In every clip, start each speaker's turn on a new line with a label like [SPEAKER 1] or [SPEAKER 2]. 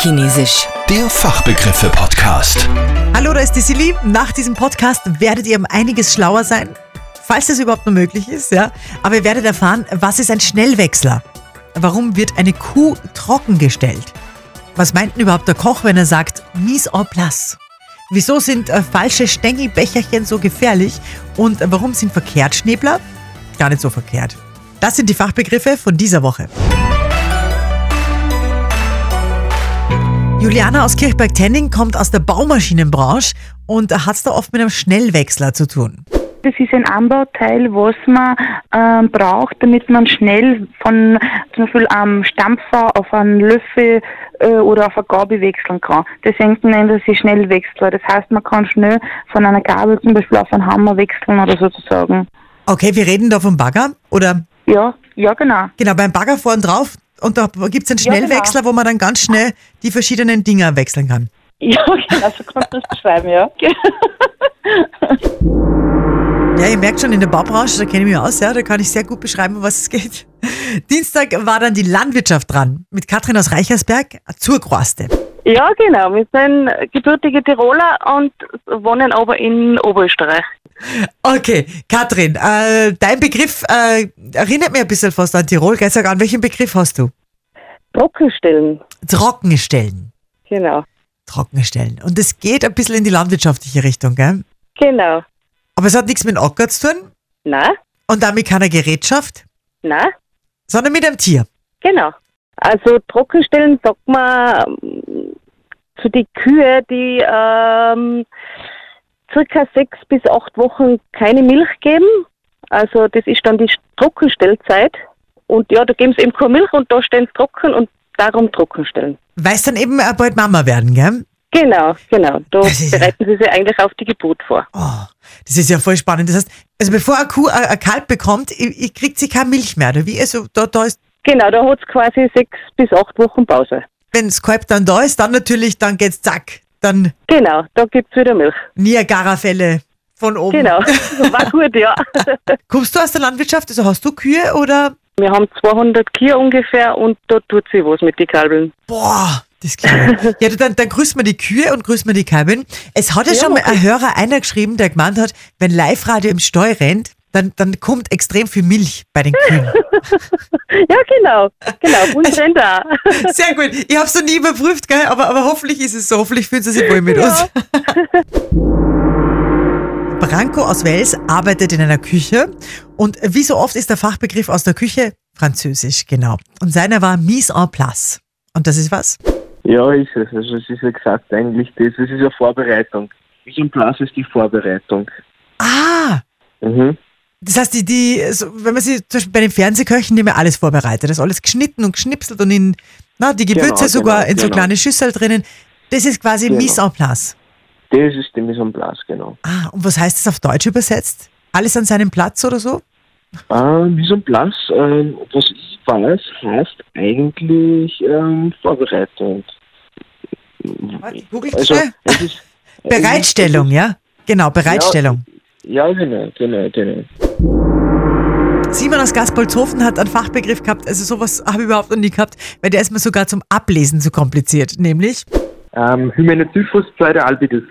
[SPEAKER 1] Chinesisch.
[SPEAKER 2] Der Fachbegriffe-Podcast.
[SPEAKER 3] Hallo, da ist die Silly. Nach diesem Podcast werdet ihr um einiges schlauer sein, falls das überhaupt nur möglich ist, ja. Aber ihr werdet erfahren, was ist ein Schnellwechsler? Warum wird eine Kuh trockengestellt? Was meint denn überhaupt der Koch, wenn er sagt, mise en place? Wieso sind äh, falsche Stängelbecherchen so gefährlich? Und äh, warum sind verkehrt Schnäbler? Gar nicht so verkehrt. Das sind die Fachbegriffe von dieser Woche. Juliana aus Kirchberg-Tenning kommt aus der Baumaschinenbranche und hat es da oft mit einem Schnellwechsler zu tun.
[SPEAKER 4] Das ist ein Anbauteil, was man ähm, braucht, damit man schnell von zum Beispiel am Stampfer auf einen Löffel äh, oder auf eine Gabel wechseln kann. Deswegen nennen das sie Schnellwechsler. Das heißt, man kann schnell von einer Gabel zum Beispiel auf einen Hammer wechseln oder sozusagen.
[SPEAKER 3] Okay, wir reden da vom Bagger oder
[SPEAKER 4] Ja, ja genau.
[SPEAKER 3] genau beim Bagger vorn drauf und da gibt es einen
[SPEAKER 4] Ja, genau.
[SPEAKER 3] Schnellwechsler, wo man dann ganz schnell die verschiedenen Dinger wechseln kann.
[SPEAKER 4] Ja, genau, so kannst du das beschreiben, ja.
[SPEAKER 3] Ja, ihr merkt schon, in der Baubranche, da kenne ich mich aus, ja, da kann ich sehr gut beschreiben, um was es geht. Dienstag war dann die Landwirtschaft dran mit Katrin aus Reichersberg zur Kroaste.
[SPEAKER 5] Ja, genau. Wir sind gebürtige Tiroler und wohnen aber in Oberösterreich.
[SPEAKER 3] Okay, Katrin, äh, dein Begriff äh, erinnert mir ein bisschen fast an Tirol. Gell, sag an, welchen Begriff hast du?
[SPEAKER 5] Trockenstellen,
[SPEAKER 3] Trockenstellen.
[SPEAKER 5] genau.
[SPEAKER 3] Trockenstellen. Und es geht ein bisschen in die landwirtschaftliche Richtung, gell?
[SPEAKER 5] Genau.
[SPEAKER 3] Aber es hat nichts mit dem Acker zu tun
[SPEAKER 5] Na,
[SPEAKER 3] und damit keiner Gerätschaft,
[SPEAKER 5] na,
[SPEAKER 3] sondern mit einem Tier.
[SPEAKER 5] genau. Also Trockenstellen sagt man ähm, zu den Kühe, die ähm, circa sechs bis acht Wochen keine Milch geben. Also das ist dann die Trockenstellzeit. Und ja, da geben sie eben keine Milch und da stehen sie trocken und darum Trockenstellen.
[SPEAKER 3] Weil es dann eben äh, bald Mama werden, gell?
[SPEAKER 5] Genau, genau. Da
[SPEAKER 3] Das ist ja-
[SPEAKER 5] bereiten sie sich eigentlich auf die Geburt vor.
[SPEAKER 3] Oh, das ist ja voll spannend. Das heißt, also bevor eine Kuh ein ein Kalb bekommt, i- i- kriegt sie keine Milch mehr, oder wie? Also da, da ist,
[SPEAKER 5] Genau, da hat es quasi sechs bis acht Wochen Pause.
[SPEAKER 3] wenn das Kalb dann da ist, dann natürlich, dann geht's zack. Dann
[SPEAKER 5] Genau, da gibt es wieder Milch.
[SPEAKER 3] Niagara-Fälle von oben.
[SPEAKER 5] Genau, war gut, ja.
[SPEAKER 3] Kommst du aus der Landwirtschaft? Also hast du Kühe oder?
[SPEAKER 5] Wir haben 200 Kühe ungefähr und da tut sie was mit den Kalbeln.
[SPEAKER 3] Boah, das glaube ich. Ja, du, dann, dann grüßen wir die Kühe und grüßen wir die Kalbin. Es hat ja,
[SPEAKER 5] Ja,
[SPEAKER 3] schon mal ein Hörer einer geschrieben, der gemeint hat, wenn Live-Radio im Stall rennt, dann, dann kommt extrem viel Milch bei den Kühen.
[SPEAKER 5] Ja, genau, genau, und sind da.
[SPEAKER 3] Sehr gut. Ich habe es noch nie überprüft, gell? Aber, aber hoffentlich ist es so. Hoffentlich fühlen sie sich wohl mit uns. Branko aus Wales arbeitet in einer Küche und wie so oft ist der Fachbegriff aus der Küche Französisch, genau. Und seiner war mise en place. Und das ist was?
[SPEAKER 6] Ja, ist es. Also es ist ja gesagt eigentlich das. Es ist ja Vorbereitung. Mise en place ist die Vorbereitung.
[SPEAKER 3] Ah,
[SPEAKER 6] Mhm.
[SPEAKER 3] Das heißt, die, die, so, wenn man sie zum Beispiel bei den Fernsehköchen, die haben ja alles vorbereitet, das ist alles geschnitten und geschnipselt und in, na, die Gewürze
[SPEAKER 6] Genau,
[SPEAKER 3] sogar
[SPEAKER 6] genau,
[SPEAKER 3] in so
[SPEAKER 6] genau.
[SPEAKER 3] kleine Schüssel drinnen. Das ist quasi
[SPEAKER 6] Genau.
[SPEAKER 3] Mise en place.
[SPEAKER 6] Das ist die Mise en place, genau.
[SPEAKER 3] Ah, und was heißt das auf Deutsch übersetzt? Alles an seinem Platz oder so?
[SPEAKER 6] Äh, Mise en place, ähm, was ich weiß, heißt eigentlich ähm, Vorbereitung.
[SPEAKER 3] Google
[SPEAKER 6] Also
[SPEAKER 3] schnell.
[SPEAKER 6] es ist Äh,
[SPEAKER 3] Bereitstellung, ja? Genau, Bereitstellung.
[SPEAKER 6] Ja, genau, genau, genau.
[SPEAKER 3] Simon aus Gaspolzhofen hat einen Fachbegriff gehabt, also sowas habe ich überhaupt noch nie gehabt, weil der ist mir sogar zum Ablesen zu kompliziert, nämlich.
[SPEAKER 6] Ähm, Hymenotyphus pseudoalbidus.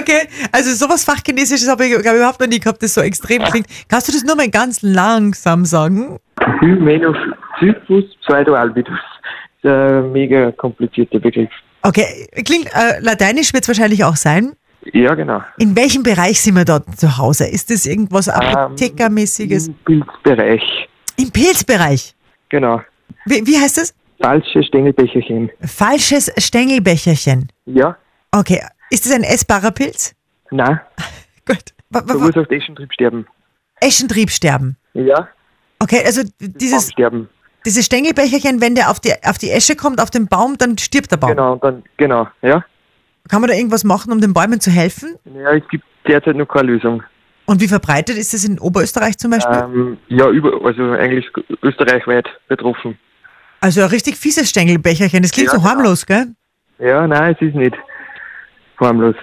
[SPEAKER 3] Okay, also sowas Fachchinesisches habe ich, glaube ich, überhaupt noch nie gehabt, das so extrem klingt. Kannst du das nur mal ganz langsam sagen?
[SPEAKER 6] Hymenotyphus pseudoalbidus. Das ist ein mega komplizierter Begriff.
[SPEAKER 3] Okay, klingt äh, lateinisch wird es wahrscheinlich auch sein.
[SPEAKER 6] Ja, genau.
[SPEAKER 3] In welchem Bereich sind wir dort zu Hause? Ist das
[SPEAKER 6] Ähm,
[SPEAKER 3] irgendwas Apothekermäßiges?
[SPEAKER 6] Im Bildbereich.
[SPEAKER 3] Im Pilzbereich.
[SPEAKER 6] Genau.
[SPEAKER 3] Wie, wie heißt das?
[SPEAKER 6] Falsche Stängelbecherchen.
[SPEAKER 3] Falsches Stängelbecherchen.
[SPEAKER 6] Ja,
[SPEAKER 3] Okay, ist das ein essbarer Pilz?
[SPEAKER 6] nein,
[SPEAKER 3] Gut. W- w- w-
[SPEAKER 6] verursacht Eschentrieb sterben.
[SPEAKER 3] Eschentriebsterben.
[SPEAKER 6] Ja,
[SPEAKER 3] Okay, also dieses,
[SPEAKER 6] Sterben.
[SPEAKER 3] dieses Stängelbecherchen, wenn der auf die, auf die Esche kommt, auf den Baum, dann stirbt der Baum.
[SPEAKER 6] Genau, und dann, genau, ja.
[SPEAKER 3] Kann man da irgendwas machen, um den Bäumen zu helfen?
[SPEAKER 6] Ja, es gibt derzeit noch keine Lösung.
[SPEAKER 3] Und wie verbreitet ist das in Oberösterreich zum Beispiel?
[SPEAKER 6] Ähm, ja, über, also eigentlich österreichweit betroffen.
[SPEAKER 3] Also ein richtig fieses Stängelbecherchen. Das klingt
[SPEAKER 6] Ja,
[SPEAKER 3] so
[SPEAKER 6] genau.
[SPEAKER 3] harmlos, gell?
[SPEAKER 6] Ja, nein, es ist nicht harmlos.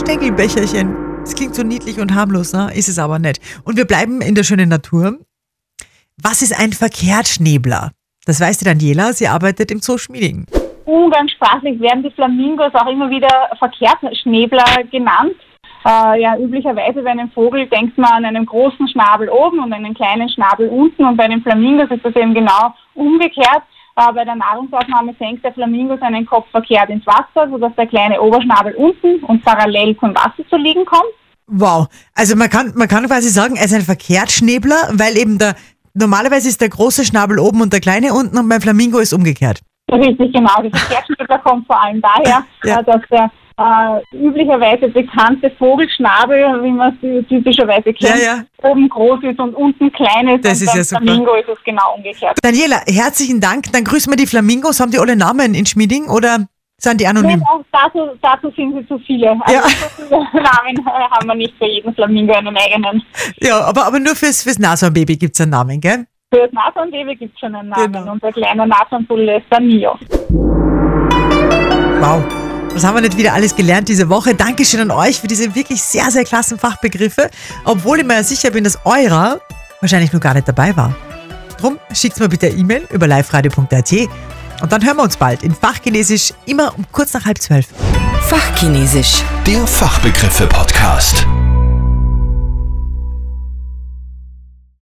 [SPEAKER 3] Stängelbecherchen. Das klingt so niedlich und harmlos, ne? Ist es aber nicht. Und wir bleiben in der schönen Natur. Was ist ein Verkehrtschnebler? Das weiß die Daniela, sie arbeitet im Zoo Schmieding.
[SPEAKER 1] Umgangssprachlich werden die Flamingos auch immer wieder Verkehrsschnäbler genannt. Äh, ja, üblicherweise bei einem Vogel denkt man an einen großen Schnabel oben und einen kleinen Schnabel unten und bei den Flamingos ist das eben genau umgekehrt. Äh, bei der Nahrungsaufnahme senkt der Flamingo seinen Kopf verkehrt ins Wasser, sodass der kleine Oberschnabel unten und parallel zum Wasser zu liegen kommt.
[SPEAKER 3] Wow. Also man kann, man kann quasi sagen, er ist ein Verkehrsschnäbler, weil eben der, normalerweise ist der große Schnabel oben und der kleine unten und beim Flamingo ist umgekehrt.
[SPEAKER 1] Richtig, genau. Der Verkehrsschnäbler kommt vor allem daher,
[SPEAKER 3] Ja.
[SPEAKER 1] äh, dass der äh, üblicherweise bekannte Vogelschnabel, wie man es typischerweise kennt,
[SPEAKER 3] Ja, ja.
[SPEAKER 1] oben groß ist und unten klein ist.
[SPEAKER 3] Das
[SPEAKER 1] und
[SPEAKER 3] ist
[SPEAKER 1] beim
[SPEAKER 3] ja super.
[SPEAKER 1] Flamingo ist es genau umgekehrt.
[SPEAKER 3] Daniela, herzlichen Dank. Dann grüßen wir die Flamingos. Haben die alle Namen in Schmieding oder sind die anonym?
[SPEAKER 1] Nee, auch dazu, dazu sind sie zu viele. Also
[SPEAKER 3] Ja.
[SPEAKER 1] so viele Namen äh, haben wir nicht für jeden Flamingo einen eigenen.
[SPEAKER 3] Ja, aber, aber nur fürs, fürs Nashornbaby gibt es einen Namen, gell?
[SPEAKER 1] Für das Nashornbaby gibt es schon einen Namen.
[SPEAKER 3] Genau.
[SPEAKER 1] Und der kleine Nashornbulle ist der Mio.
[SPEAKER 3] Wow. Was haben wir nicht wieder alles gelernt diese Woche? Dankeschön an euch für diese wirklich sehr, sehr klassen Fachbegriffe. Obwohl ich mir ja sicher bin, dass eurer wahrscheinlich nur gar nicht dabei war. Drum schickt mir bitte eine E-Mail über liveradio.at und dann hören wir uns bald in Fachchinesisch immer um kurz nach halb zwölf.
[SPEAKER 7] Fachchinesisch.
[SPEAKER 2] Der Fachbegriffe-Podcast.